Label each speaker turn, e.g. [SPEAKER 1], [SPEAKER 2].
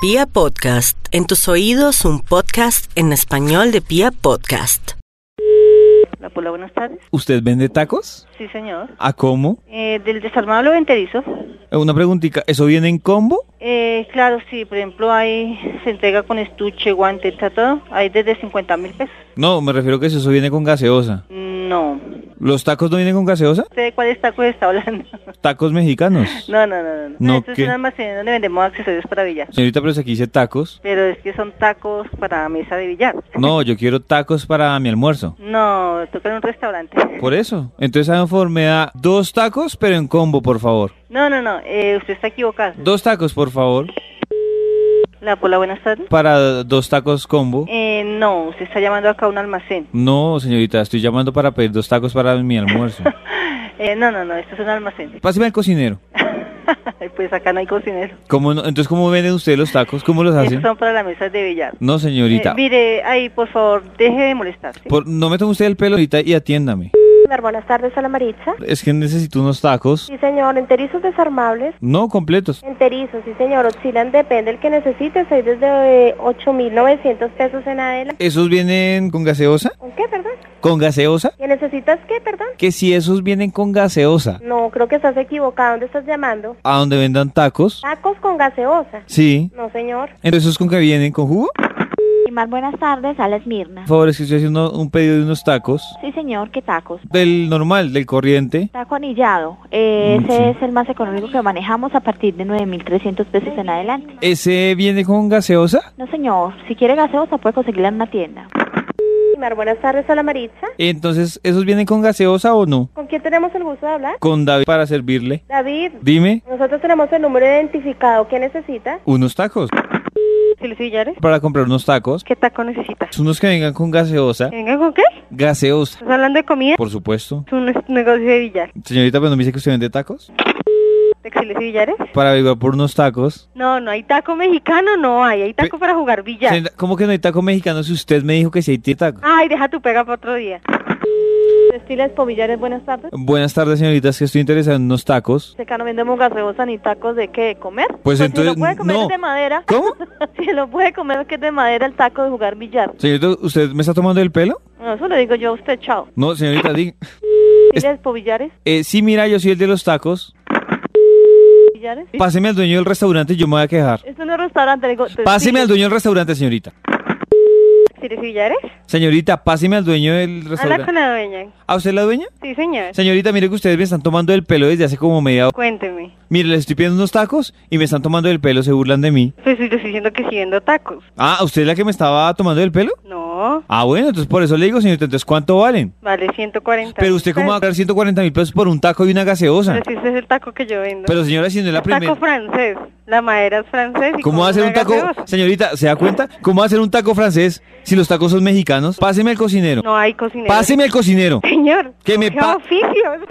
[SPEAKER 1] Pia Podcast, en tus oídos un podcast en español de Pia Podcast.
[SPEAKER 2] La Pola, buenas tardes.
[SPEAKER 3] ¿Usted vende tacos?
[SPEAKER 2] Sí, señor.
[SPEAKER 3] ¿A cómo?
[SPEAKER 2] Eh, del desarmado venterizo.
[SPEAKER 3] Eh, Una preguntita, ¿eso viene en combo?
[SPEAKER 2] Eh, claro, sí, por ejemplo, hay, se entrega con estuche, guante, está todo. Hay desde 50 mil pesos.
[SPEAKER 3] No, me refiero que eso, eso viene con gaseosa.
[SPEAKER 2] No.
[SPEAKER 3] ¿Los tacos no vienen con gaseosa?
[SPEAKER 2] ¿Usted de cuáles tacos está hablando?
[SPEAKER 3] Tacos mexicanos.
[SPEAKER 2] No, no, no, no.
[SPEAKER 3] No,
[SPEAKER 2] Esto es
[SPEAKER 3] ¿qué?
[SPEAKER 2] un almacén donde vendemos accesorios para billar.
[SPEAKER 3] Señorita, pero si aquí dice tacos.
[SPEAKER 2] Pero es que son tacos para mesa de billar.
[SPEAKER 3] No, yo quiero tacos para mi almuerzo.
[SPEAKER 2] No, toca en un restaurante.
[SPEAKER 3] Por eso. Entonces, a lo mejor me da dos tacos, pero en combo, por favor.
[SPEAKER 2] No, no, no. eh, usted está equivocado.
[SPEAKER 3] Dos tacos, por favor.
[SPEAKER 2] La Pola, buenas tardes.
[SPEAKER 3] Para dos tacos combo.
[SPEAKER 2] Eh, no, usted está llamando acá a un almacén.
[SPEAKER 3] No, señorita, estoy llamando para pedir dos tacos para mi almuerzo.
[SPEAKER 2] Eh, no, no, no. Esto es un almacén.
[SPEAKER 3] Páseme al cocinero.
[SPEAKER 2] pues acá no hay cocinero.
[SPEAKER 3] ¿Cómo no? Entonces, ¿cómo venden ustedes los tacos? ¿Cómo los hacen?
[SPEAKER 2] Estos son para la mesa de billar.
[SPEAKER 3] No, Ah, Mm, señorita.
[SPEAKER 2] Eh, mire, ahí, por favor, deje de molestar. ¿sí?
[SPEAKER 3] Por- no me tome usted el pelo ahorita y atiéndame.
[SPEAKER 4] Dar Buenas tardes a la Maritza.
[SPEAKER 3] Es que necesito unos tacos.
[SPEAKER 4] Sí, señor, enterizos desarmables.
[SPEAKER 3] No completos.
[SPEAKER 4] Enterizos, sí, señor, oscilan, depende del que necesites. Soy desde eh, 8.900 pesos en adelante.
[SPEAKER 3] ¿Esos vienen con gaseosa?
[SPEAKER 4] ¿Con qué, perdón?
[SPEAKER 3] ¿Con gaseosa?
[SPEAKER 4] ¿Que necesitas qué, perdón?
[SPEAKER 3] Que si esos vienen con gaseosa,
[SPEAKER 4] No, creo que estás equivocado. ¿Dónde estás llamando?
[SPEAKER 3] ¿a donde vendan tacos?
[SPEAKER 4] Tacos con gaseosa.
[SPEAKER 3] Sí.
[SPEAKER 4] No, señor.
[SPEAKER 3] ¿Entonces esos con que vienen con jugo?
[SPEAKER 5] Y más buenas tardes, a la Esmirna.
[SPEAKER 3] Por favor, es que estoy haciendo un pedido de unos tacos.
[SPEAKER 5] Sí, señor, ¿qué tacos?
[SPEAKER 3] Del normal, del corriente.
[SPEAKER 5] Taco anillado. eh,
[SPEAKER 3] Mm,
[SPEAKER 5] ese
[SPEAKER 3] sí.
[SPEAKER 5] es el más económico que manejamos a partir de 9.300 pesos en adelante.
[SPEAKER 3] ¿Ese viene con gaseosa?
[SPEAKER 5] No, señor, si quiere gaseosa puede conseguirla en una tienda.
[SPEAKER 4] Mar, buenas tardes a la Maritza.
[SPEAKER 3] Entonces, ¿esos vienen con gaseosa o no?
[SPEAKER 4] ¿Con quién tenemos el gusto de hablar?
[SPEAKER 3] Con David para servirle.
[SPEAKER 4] David,
[SPEAKER 3] Dime,
[SPEAKER 4] nosotros tenemos el número identificado. ¿Qué necesita?
[SPEAKER 3] unos tacos.
[SPEAKER 2] ¿Sí, los billares?
[SPEAKER 3] Para comprar unos tacos.
[SPEAKER 2] ¿Qué taco necesita?
[SPEAKER 3] Unos que vengan con gaseosa.
[SPEAKER 2] ¿Que vengan con qué?
[SPEAKER 3] Gaseosa,
[SPEAKER 2] ¿Estás hablando de comida?
[SPEAKER 3] por supuesto.
[SPEAKER 2] Es un negocio de billar.
[SPEAKER 3] Señorita, pero no me dice que usted vende tacos.
[SPEAKER 2] ¿Textiles y billares?
[SPEAKER 3] Para averiguar por unos tacos.
[SPEAKER 2] No, no hay taco mexicano, no hay. Hay taco para jugar billar.
[SPEAKER 3] Señorita, ¿Cómo que no hay taco mexicano si usted me dijo que sí hay tie- taco?
[SPEAKER 2] Ay, deja tu pega para otro día.
[SPEAKER 4] Textiles Pomillares, buenas tardes.
[SPEAKER 3] Buenas tardes, señoritas, que estoy interesado en unos tacos.
[SPEAKER 4] Acá no vendemos gaseosa ni tacos de qué comer.
[SPEAKER 3] Pues entonces, no.
[SPEAKER 4] madera.
[SPEAKER 3] ¿Cómo?
[SPEAKER 4] Si lo puede comer que es de madera el taco de jugar billar.
[SPEAKER 3] Señorita, ¿usted me está tomando el pelo?
[SPEAKER 4] No, eso le digo yo a usted, chao.
[SPEAKER 3] No, señorita, diga. Es-
[SPEAKER 4] ¿Tienes pobillares?
[SPEAKER 3] Eh, sí, mira, yo soy el de los tacos.
[SPEAKER 4] ¿Billares?
[SPEAKER 3] Páseme al dueño del restaurante y yo me voy a quejar.
[SPEAKER 4] Esto no es restaurante, le digo.
[SPEAKER 2] Pues
[SPEAKER 3] Páseme al dueño del restaurante, señorita.
[SPEAKER 2] ¿Textiles y billares?
[SPEAKER 3] Señorita, páseme al dueño del
[SPEAKER 2] Habla con
[SPEAKER 3] restaurante.
[SPEAKER 2] la dueña.
[SPEAKER 3] ¿A usted la dueña?
[SPEAKER 2] Sí, señor.
[SPEAKER 3] Señorita, mire que ustedes me están tomando el pelo desde hace como media hora.
[SPEAKER 2] Cuénteme.
[SPEAKER 3] Mire, les estoy pidiendo unos tacos y me están tomando el pelo, se burlan de mí.
[SPEAKER 2] Pues yo estoy diciendo que sí vendo tacos.
[SPEAKER 3] Ah, ¿usted es la que me estaba tomando el pelo?
[SPEAKER 2] No,
[SPEAKER 3] Ah, bueno, entonces por eso le digo, señorita, entonces ¿cuánto valen?
[SPEAKER 2] vale 140.
[SPEAKER 3] Pero usted cómo va a pagar 140 mil pesos por un taco y una gaseosa.
[SPEAKER 2] Pero si ese es el taco que yo vendo.
[SPEAKER 3] Pero señora, si no es la
[SPEAKER 2] Taco
[SPEAKER 3] primera...
[SPEAKER 2] francés. La madera es francés. y
[SPEAKER 3] ¿Cómo
[SPEAKER 2] con
[SPEAKER 3] va a hacer
[SPEAKER 2] una
[SPEAKER 3] un taco?
[SPEAKER 2] gaseosa.
[SPEAKER 3] Señorita, ¿se da cuenta? ¿Cómo va a hacer un taco francés si los tacos son mexicanos? Páseme al cocinero.
[SPEAKER 2] No hay cocinero.
[SPEAKER 3] Páseme al cocinero.
[SPEAKER 2] Señor,
[SPEAKER 3] Que me
[SPEAKER 2] ¿qué
[SPEAKER 3] pa-
[SPEAKER 2] oficios?